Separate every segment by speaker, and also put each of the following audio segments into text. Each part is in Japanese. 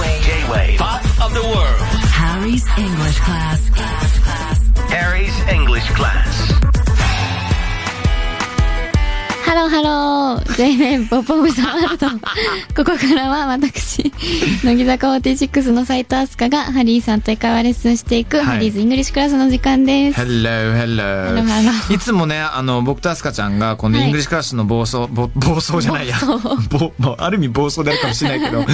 Speaker 1: Wave. Pop of the world.
Speaker 2: Harry's English class. class, class.
Speaker 1: Harry's English class.
Speaker 3: ハローハロー !J メンポポブサワー ルド。ここからは私、乃木坂46の斉藤飛鳥がハリーさんと英会話レッスンしていく、
Speaker 4: い
Speaker 3: ハリーズイングリッシュクラスの時間です。
Speaker 4: Hello, hello.
Speaker 3: Hello, hello.
Speaker 4: いつもね、あの、僕とアスカちゃんが、この
Speaker 3: はい
Speaker 4: イングリッシュクラスの暴走、ぼ暴走じゃないや。 暴まあある意味暴走であるかもしれないけど、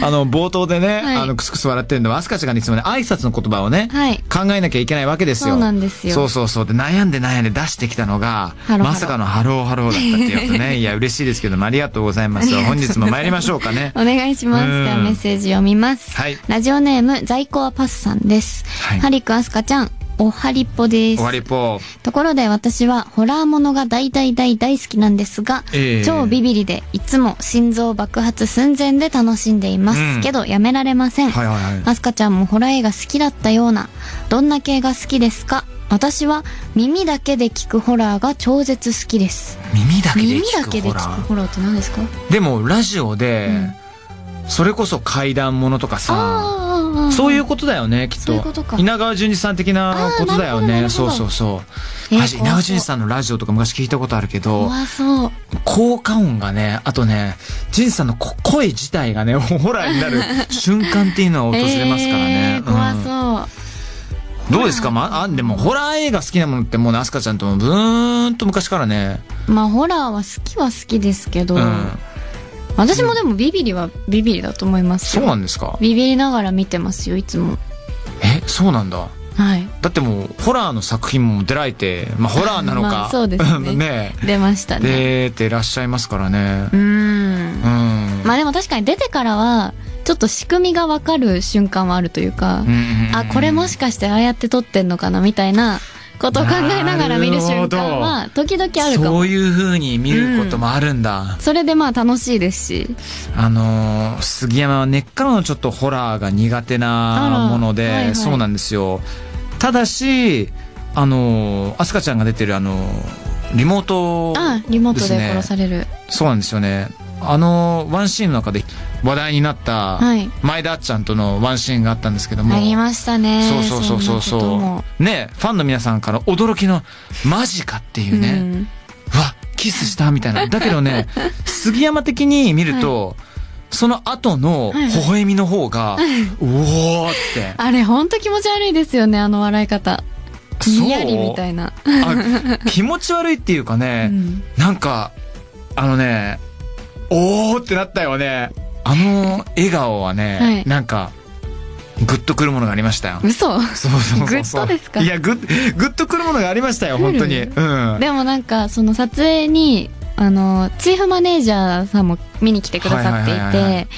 Speaker 4: あの、冒頭でね、
Speaker 3: はい
Speaker 4: あの、クスクス笑ってるのは、アスカちゃんがいつもね、挨拶の言葉をね、
Speaker 3: はい
Speaker 4: 考えなきゃいけないわけですよ。
Speaker 3: そうなんですよ
Speaker 4: そうそうそう。で、悩んで悩んで出してきたのが、
Speaker 3: ハローハロー
Speaker 4: まさかのハローハローだったっていうこと ね。いや、嬉しいですけども、ありがとうございます。本日も参りましょうかね。
Speaker 3: お願いします。
Speaker 4: うん
Speaker 3: ではメッセージ読みます。
Speaker 4: はい
Speaker 3: ラジオネーム、在庫はパスさんです。
Speaker 4: はい
Speaker 3: ハリーくん、アスカちゃん、おはりっぽです。
Speaker 4: 終わりぽ。
Speaker 3: ところで私はホラーものが大大大大好きなんですが、
Speaker 4: ええ
Speaker 3: 超ビビリでいつも心臓爆発寸前で楽しんでいます、
Speaker 4: うん
Speaker 3: けどやめられません、
Speaker 4: はいはいはい
Speaker 3: アスカちゃんもホラー映画好きだったようなどんな系が好きですか私は耳だけで聞くホラーが超絶好きです
Speaker 4: 耳だけで
Speaker 3: 耳
Speaker 4: 聞
Speaker 3: だ
Speaker 4: く
Speaker 3: けで
Speaker 4: ホラ
Speaker 3: 聞く
Speaker 4: ー。
Speaker 3: ホラーって何ですか
Speaker 4: でも、ラジオで、それこそ怪談ものとかさ、
Speaker 3: ああ
Speaker 4: そういうことだよね、きっと。
Speaker 3: そういうことか
Speaker 4: 稲川淳二さん的なことだ
Speaker 3: あ
Speaker 4: よ
Speaker 3: ーな
Speaker 4: ね。
Speaker 3: るほど
Speaker 4: そ
Speaker 3: なるほど
Speaker 4: うそうそう。
Speaker 3: えー
Speaker 4: 私稲川淳二
Speaker 3: 怖そう
Speaker 4: さんのラジオとか昔聞いたことあるけど、
Speaker 3: 怖そう
Speaker 4: 効果音がね、あとね、淳二さんのこ声自体がね、ホラーに なる瞬間っていうのは訪れますから
Speaker 3: え
Speaker 4: ね。
Speaker 3: ー怖
Speaker 4: うん
Speaker 3: そう、
Speaker 4: どうですかまあ、でもホラー映画好きなものってもうね、アスカちゃんともブーンと昔からね、
Speaker 3: まあホラーは好きは好きですけど、
Speaker 4: うん。
Speaker 3: 私もでもビビリはビビリだと思います
Speaker 4: そ
Speaker 3: よ
Speaker 4: うなんですか
Speaker 3: ビビりながら見てますよいつも
Speaker 4: え、そうなんだ。
Speaker 3: はい
Speaker 4: だってもう、ホラーの作品も出られて、まあ、ホラーな の
Speaker 3: ま
Speaker 4: か
Speaker 3: あ。そうですね
Speaker 4: ね
Speaker 3: 出ましたね
Speaker 4: 出てらっしゃいますからね
Speaker 3: う。ーん
Speaker 4: うん。
Speaker 3: まあでも確かに出てからはちょっと仕組みが分かる瞬間はあるというか、
Speaker 4: うん
Speaker 3: あこれもしかしてああやって撮ってんのかなみたいなことを考えながら見る瞬間は時々あるか
Speaker 4: そ
Speaker 3: も
Speaker 4: ういう風に見ることもあるんだ。
Speaker 3: それでまあ楽しいですし
Speaker 4: あのー杉山は根っからのちょっとホラーが苦手なもの
Speaker 3: あ
Speaker 4: で、
Speaker 3: らはいはい
Speaker 4: そうなんですよ。ただし、あのー、アスカちゃんが出てるあのーリモート
Speaker 3: あリモート
Speaker 4: です
Speaker 3: で
Speaker 4: ね
Speaker 3: 殺される、
Speaker 4: そうなんですよね。あのワンシーンの中で話題になった
Speaker 3: はい
Speaker 4: 前田あっちゃんとのワンシーンがあったんですけども、
Speaker 3: ありましたね
Speaker 4: そうそうそうそうそ
Speaker 3: んなこと
Speaker 4: う
Speaker 3: も
Speaker 4: ねファンの皆さんから驚きの「マジか」っていうね、う
Speaker 3: うん
Speaker 4: わキスしたみたいなだけ どね杉山的に見ると、その後の微笑みの方が、うおーって
Speaker 3: あれほんと気持ち悪いですよねあの笑い方
Speaker 4: そう
Speaker 3: にやりみたいな
Speaker 4: あ気持ち悪いっていうかね、
Speaker 3: うん
Speaker 4: なんか、あのね、おーってなったよね。あの笑顔はね、
Speaker 3: はい
Speaker 4: なんか、グッとくるものがありましたよ。
Speaker 3: 嘘
Speaker 4: そうそうそうそう。
Speaker 3: グッとですか
Speaker 4: いや、グッ、グッとくるものがありましたよ、本当に。
Speaker 3: う
Speaker 4: うんん。
Speaker 3: でもなんかその撮影にあのチーフマネージャーさんも見に来てくださってい
Speaker 4: はいはいはいは
Speaker 3: て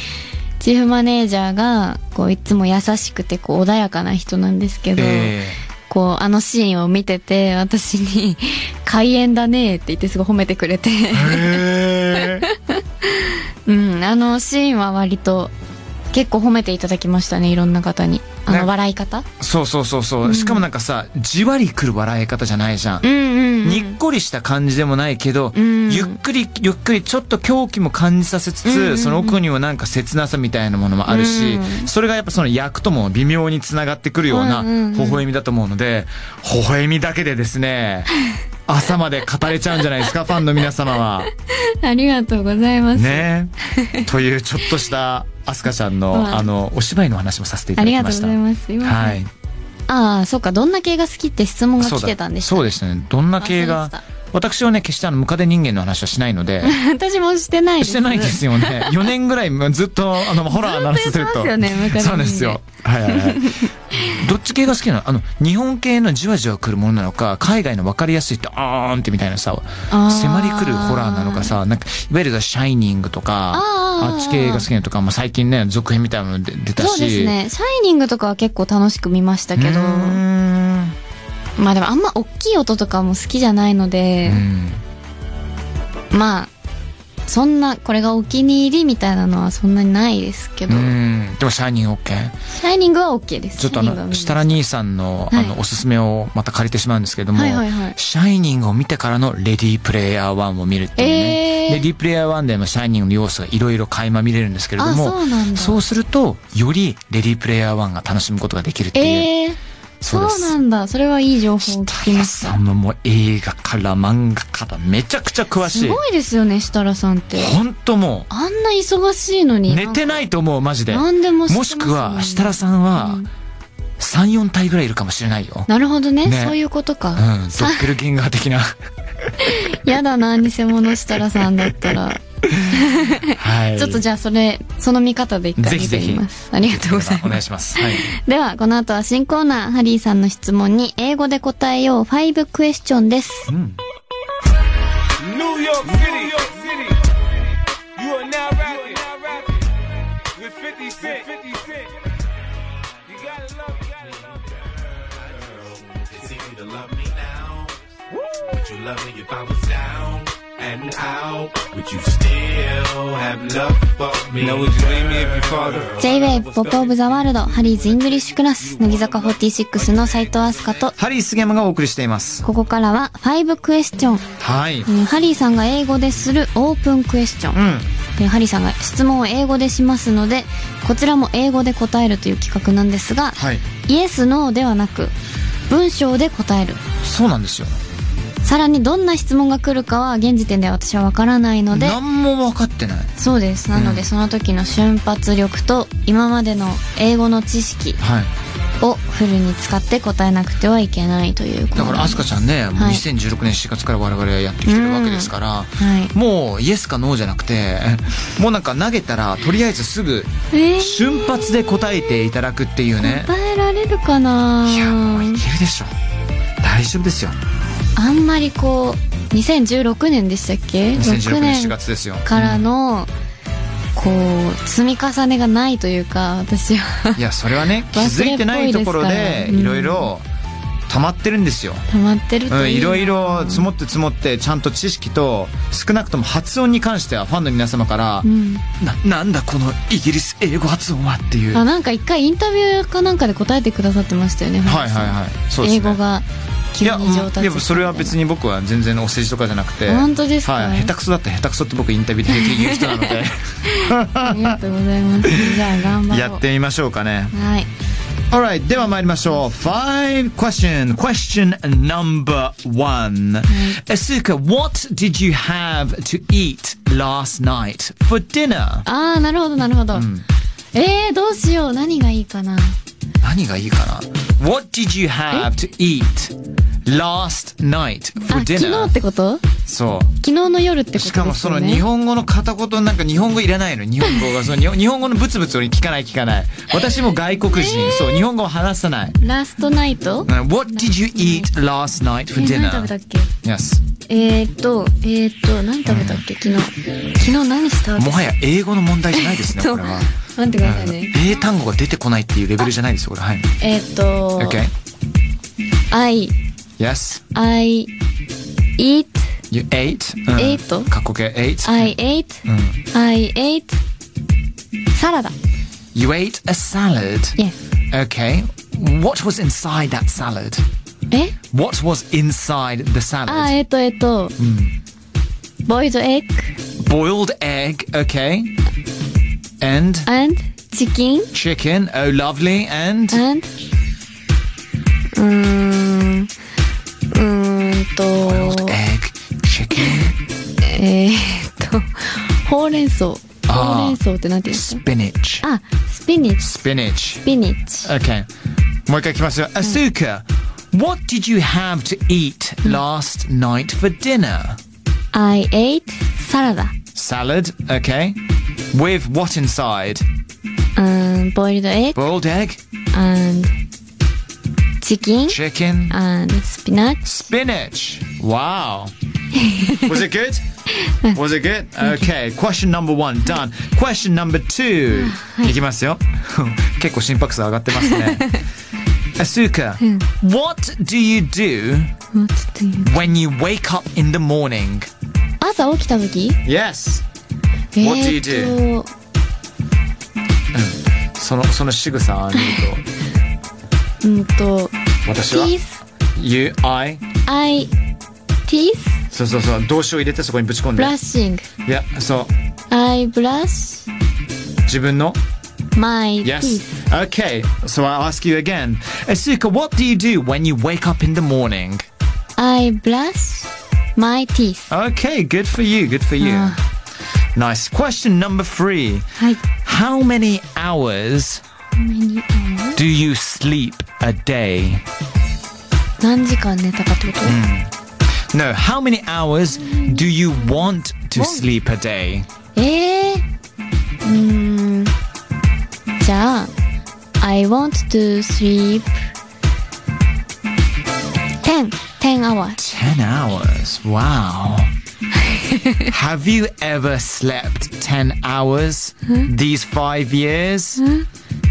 Speaker 3: チーフマネージャーがこういつも優しくてこう穏やかな人なんですけど、
Speaker 4: え
Speaker 3: こうあのシーンを見てて私に「開演だね」って言ってすごい褒めてくれ て、
Speaker 4: ー、へー
Speaker 3: うん、あのシーンは割と結構褒めていただきましたねいろんな方にあ
Speaker 4: ね
Speaker 3: の笑い方、
Speaker 4: そうそうそうそう、しかもなんかさ、じわりくる笑い方じゃないじゃん。
Speaker 3: うんうんうん
Speaker 4: にっこりした感じでもないけど、
Speaker 3: うん
Speaker 4: ゆっくりゆっくりちょっと狂気も感じさせつつ、
Speaker 3: うんうんうん
Speaker 4: その奥にはなんか切なさみたいなものもあるし、
Speaker 3: う
Speaker 4: それがやっぱその役とも微妙につながってくるような
Speaker 3: うんうんうん
Speaker 4: 微笑みだと思うので、微笑みだけでですね朝まで語れちゃうんじゃないですかファンの皆様は。
Speaker 3: ありがとうございます、
Speaker 4: ねというちょっとしたアスカちゃんの、
Speaker 3: はい
Speaker 4: あのお芝居の話もさせて
Speaker 3: あ
Speaker 4: いただ
Speaker 3: りが
Speaker 4: き
Speaker 3: と
Speaker 4: ま
Speaker 3: う
Speaker 4: し
Speaker 3: ご
Speaker 4: た。
Speaker 3: ざいますすいません
Speaker 4: はい、
Speaker 3: ああそうかどんな系が好きって質問が
Speaker 4: そう
Speaker 3: 来
Speaker 4: だ
Speaker 3: てたんでした
Speaker 4: そうでしたね。どんな系
Speaker 3: 忘れ
Speaker 4: が
Speaker 3: てた。
Speaker 4: 私はね、決してあの、ムカデ人間の話はしないので。
Speaker 3: 私もしてないです
Speaker 4: してないですよ ね。4年ぐらいずっと、あの、ホラーの話す る
Speaker 3: ずっ
Speaker 4: と。
Speaker 3: とやってますよね昔の人間
Speaker 4: そうなんですよ。はいはい はい。どっち系が好きなのあの、日本系のじわじわ来るものなのか、海外の分かりやすいって、あーんってみたいなさ、
Speaker 3: あー
Speaker 4: 迫り来るホラーなのかさ、なんか、いわゆるザシャイニングとか、
Speaker 3: あー
Speaker 4: あっち系が好きなのとか、まあ、最近ね、続編みたいなの出出たし。
Speaker 3: そうですね「シャイニング」とかは結構楽しく見ました
Speaker 4: う
Speaker 3: けど
Speaker 4: ーん。
Speaker 3: まあでもあんま大きい音とかも好きじゃないので
Speaker 4: う、ん
Speaker 3: まあそんなこれがお気に入りみたいなのはそんなにないですけ
Speaker 4: う
Speaker 3: ど、
Speaker 4: んでも「シャイニング OK」
Speaker 3: シャイニングは OK です
Speaker 4: ちょっとあ
Speaker 3: シャイニングは
Speaker 4: の
Speaker 3: 見
Speaker 4: 設楽兄さんのあの
Speaker 3: はい
Speaker 4: おすすめをまた借りてしまうんですけども
Speaker 3: はいはいはい
Speaker 4: 「シャイニング」を見てからの「レディープレイヤー1」を見るっていうね
Speaker 3: えー
Speaker 4: レディープレイヤー1でも「シャイニング」の要素がいろいろ垣間見れるんですけれど
Speaker 3: あ
Speaker 4: も
Speaker 3: そうなんだ
Speaker 4: そうするとより「レディープレイヤー1」が楽しむことができるってい
Speaker 3: えー、
Speaker 4: うそ
Speaker 3: そうう
Speaker 4: です
Speaker 3: なんだそれはいい情報を聞きま
Speaker 4: 設楽
Speaker 3: し
Speaker 4: さ
Speaker 3: た
Speaker 4: んももう映画から漫画からめちゃくちゃ詳し
Speaker 3: す
Speaker 4: い
Speaker 3: ごいですよね設楽さんって
Speaker 4: 本当も
Speaker 3: あんな忙しいの
Speaker 4: う
Speaker 3: に
Speaker 4: 寝てないと思うマジで
Speaker 3: なんでも知って
Speaker 4: も
Speaker 3: ます
Speaker 4: し
Speaker 3: よね
Speaker 4: くは設楽さんは
Speaker 3: うん
Speaker 4: 34体ぐらいいるかもしれないよ
Speaker 3: なるほどね
Speaker 4: ね
Speaker 3: そういうこと
Speaker 4: う
Speaker 3: か
Speaker 4: ん、ドッペルゲンガー 的な
Speaker 3: やだな偽物設楽さんだったら
Speaker 4: はい
Speaker 3: ちょっとじゃあそれその見方で一回
Speaker 4: ぜひ
Speaker 3: 見
Speaker 4: ぜ
Speaker 3: て
Speaker 4: ひ
Speaker 3: みますありがとうござい
Speaker 4: お願
Speaker 3: ま
Speaker 4: い
Speaker 3: す
Speaker 4: します、はい、
Speaker 3: ではこの後は新コーナーハリーさんの質問に英語で答えよう5クエスチョンです
Speaker 4: うん、
Speaker 1: New York City. You are now rapping. With 50 Cent. You gotta love, you gotta love it.
Speaker 5: It's easy to love me now. Would you love me if I was down and out? Would you still have love for me?
Speaker 1: Now would you leave me if you called her?
Speaker 3: J-WAVE ポップオブザワールドハリーズイングリッシュクラス乃木坂46の斉藤飛鳥と
Speaker 4: ハリー杉山がお送りしています
Speaker 3: ここからは5クエスチョン
Speaker 4: はい
Speaker 3: えーハリーさんが英語でするオープンクエスチョン、
Speaker 4: うん
Speaker 3: えーハリーさんが質問を英語でしますのでこちらも英語で答えるという企画なんですが、
Speaker 4: はい
Speaker 3: イエス・ノーではなく文章で答える
Speaker 4: そうなんですよ
Speaker 3: さらにどんな質問が来るかは現時点では私は分からないので
Speaker 4: 何も分かってない
Speaker 3: そうですなのでその時の瞬発力と今までの英語の知識
Speaker 4: はい
Speaker 3: をフルに使って答えなくてはいけないという
Speaker 4: だからアスカちゃんね、もう
Speaker 3: はい
Speaker 4: 2016年4月から我々はやってきてるわけですから、
Speaker 3: はい
Speaker 4: もうイエスかノーじゃなくて もうなんか投げたらとりあえずすぐ
Speaker 3: えー
Speaker 4: 瞬発で答えていただくっていうね、
Speaker 3: 答えられるかない
Speaker 4: やもういけるでしょ大丈夫ですよ
Speaker 3: あんまりこう2016年でしたっけ
Speaker 4: 2016
Speaker 3: 6
Speaker 4: 年4
Speaker 3: 年
Speaker 4: 月ですよ
Speaker 3: からの、こう積み重ねがないというか私は
Speaker 4: いやそれはね気づいてないところで
Speaker 3: 忘れっぽいですから
Speaker 4: いろいろ溜まってるんですよ、
Speaker 3: 溜まってると
Speaker 4: うん、
Speaker 3: い
Speaker 4: い
Speaker 3: いな
Speaker 4: ろいろ積もって積もってちゃんと知識と少なくとも発音に関してはファンの皆様から、
Speaker 3: うん、
Speaker 4: ななんだこのイギリス英語発音はっていう
Speaker 3: あなんか一回インタビューかなんかで答えてくださってましたよね
Speaker 4: はいはいはいそうですね
Speaker 3: 英語が急に上達した
Speaker 4: いやうんでもそれは別
Speaker 3: に
Speaker 4: に僕は全然お世辞とかじゃなくて
Speaker 3: 本当ですか
Speaker 4: はい、下手くそだったら下手くそって僕インタビューで平気に言う人な ので
Speaker 3: ありがとうござい ますじゃあ頑張ろう
Speaker 4: やってみましょうかね
Speaker 3: はい
Speaker 4: Alright では参りましょう5 question question number 1 Asuka what did you have to eat last night for dinner?
Speaker 3: ああなるほどなるほど、えー、どうしよう何がいいかな
Speaker 4: 何がいいかな What did you have to eat last night
Speaker 3: あ
Speaker 4: for
Speaker 3: 昨日
Speaker 4: dinner?
Speaker 3: ってこと
Speaker 4: そう
Speaker 3: 昨日の夜ってことですよね
Speaker 4: しかもその日本語の片言なんか日本語い らないの日本語がその日本日本語のブツブツ俺聞かない聞かない私も外国人、そう日本語を話さない
Speaker 3: ラストナイト
Speaker 4: What did you eat last night
Speaker 3: え
Speaker 4: for
Speaker 3: ー、何
Speaker 4: dinner?
Speaker 3: 食べたっけ
Speaker 4: Yes
Speaker 3: えー、っと、えー、っと、何食べたっけ昨日。昨日何した
Speaker 4: もはや英語の問題じゃないですねこれ は
Speaker 3: 待ってくださいね。
Speaker 4: 英単語が出てこないっていうレベルじゃないですこれはい
Speaker 3: えー、っと、
Speaker 4: OK
Speaker 3: I,
Speaker 4: Yes
Speaker 3: I, eat,
Speaker 4: You ate うん
Speaker 3: Ate
Speaker 4: 過去形 ate
Speaker 3: I ate,
Speaker 4: うん
Speaker 3: I ate, サラダ。
Speaker 4: You ate a salad
Speaker 3: Yes.
Speaker 4: Okay What was inside that salad?
Speaker 3: え
Speaker 4: What was inside the salad?
Speaker 3: あー、えー、っと、えー、っと、boiled egg
Speaker 4: boiled egg, okay. And
Speaker 3: and chicken
Speaker 4: chicken, oh lovely, and
Speaker 3: and, うーん、うーんと、
Speaker 4: boiled egg, chicken,
Speaker 3: えー、っと、 ほうれん草。ほ
Speaker 4: あー
Speaker 3: うれん草って何て言うんですか
Speaker 4: spinach.
Speaker 3: あ、スピニッチ、ス
Speaker 4: Spinach.
Speaker 3: ピニッチ。
Speaker 4: Okay. もう一回いきますよ。Asuka, what did you have to eat last night for dinner?
Speaker 3: I ate サラダ。
Speaker 4: Salad, okay. With what inside?
Speaker 3: Um, boiled egg
Speaker 4: Boiled egg,
Speaker 3: and chicken
Speaker 4: chicken,
Speaker 3: and spinach.
Speaker 4: Spinach. Wow. Was it good? Was it good? Okay. Question number one done. Question number two. いきます よ。結構心拍数上がってます ね。Asuka, what do you do
Speaker 3: What do you-
Speaker 4: when you wake up in the morning?
Speaker 3: 朝起きた時
Speaker 4: Yes. What do you do?
Speaker 3: えーっ
Speaker 4: そのその仕草を見る
Speaker 3: と
Speaker 4: と
Speaker 3: うんと
Speaker 4: 私は
Speaker 3: teeth
Speaker 4: You I
Speaker 3: I teeth
Speaker 4: そうそうそう動詞を入れてそこにぶち込んで
Speaker 3: brushing
Speaker 4: いやそう
Speaker 3: I brush
Speaker 4: 自分の
Speaker 3: my
Speaker 4: Yes.
Speaker 3: teeth
Speaker 4: Okay, so I'll ask you again. Asuka, what do you do when you wake up in the morning?
Speaker 3: I brush my teeth
Speaker 4: Okay, good for you, good for you. Nice. Question number three
Speaker 3: はい
Speaker 4: How many hours
Speaker 3: many hours?
Speaker 4: do you sleep a day?
Speaker 3: 何時間寝たかってこと、
Speaker 4: No, how many hours do you want to
Speaker 3: Want.
Speaker 4: sleep a day?
Speaker 3: ええうーんじゃあ I want to sleep 10 10 hours
Speaker 4: 10 hours. Wow. Have you ever slept 10 hours
Speaker 3: Hmm?
Speaker 4: these five years?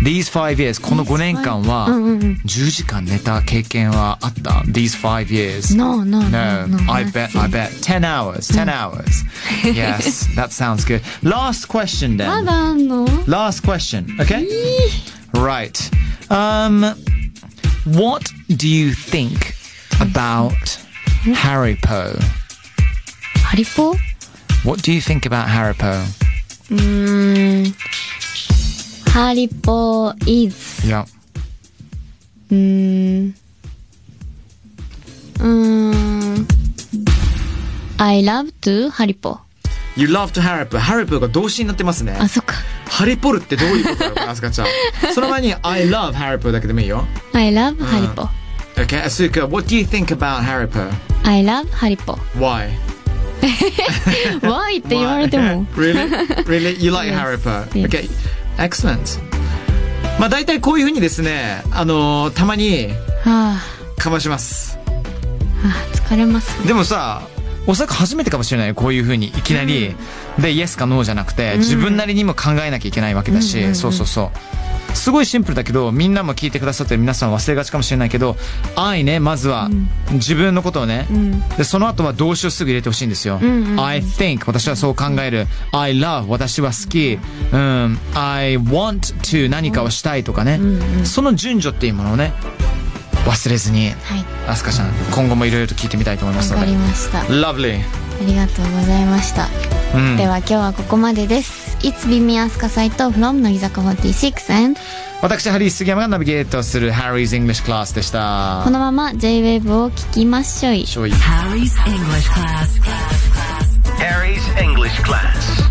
Speaker 4: These five years. この5年間は10時
Speaker 3: Mm-hmm.
Speaker 4: 間寝た経験はあった ?These five years.
Speaker 3: No no
Speaker 4: No,
Speaker 3: no, Mm. no,
Speaker 4: I bet, I bet. 10 hours, 10 hours. Yes, that sounds good. Last question
Speaker 3: ま
Speaker 4: then.
Speaker 3: だあんの
Speaker 4: Last question, okay? Right. Um, what do you think about
Speaker 3: Hmm?
Speaker 4: Harry Po?
Speaker 3: ハリポう
Speaker 4: What do you think about Harry Po?
Speaker 3: ーんハリポ is
Speaker 4: Yeah.
Speaker 3: うーんうーん I love to ハリポ
Speaker 4: You love to Harry Po. Harry Po が動詞になってますね。
Speaker 3: あそっか
Speaker 4: ハリポルってどういうことだろうか、アスカちゃん。 その前に I love Harry Po だけでもいいよ。
Speaker 3: I love ハリポ
Speaker 4: Okay, Asuka, what do you think about Harry Po?
Speaker 3: I love ハリポ
Speaker 4: Why?
Speaker 3: Why って言われても
Speaker 4: really? Really? You like
Speaker 3: Yes,
Speaker 4: Harry Potter?
Speaker 3: yes.
Speaker 4: Okay. Excellent. まあ大体こういうふうにですね、あのーたまに
Speaker 3: はあ
Speaker 4: かまします。
Speaker 3: あ疲れますね
Speaker 4: でもさ、おそらく初めてかもしれないよこういうふうにいきなり、で、イエスかノーじゃなくて、自分なりにも考えなきゃいけないわけだし、そうそうそう。すごいシンプルだけど、みんなも聞いてくださってる皆さん忘れがちかもしれないけど、愛ね、まずは、自分のことをね、で、その後は動詞をすぐ入れてほしいんですよ。I think 私はそう考える I love 私は好き、うん、I want to 何かをしたいとかね、その順序っていうものをね忘れずに
Speaker 3: はい
Speaker 4: アスカちゃん今後もいろいろと聞いてみたいと思いま
Speaker 3: わ
Speaker 4: すの
Speaker 3: か
Speaker 4: で
Speaker 3: りましたあ
Speaker 4: Lovely
Speaker 3: りがとうございました、
Speaker 4: ん
Speaker 3: では今日はここまでですいつ s みあすかサイト from 乃木坂46 and
Speaker 4: 私ハリー杉山がナビゲートする Harry's English Class でし
Speaker 3: こ
Speaker 4: た
Speaker 3: のまま JWAVE を聞きましょい
Speaker 4: しょい
Speaker 2: Harry's English class. class, class.
Speaker 6: Harry's English class.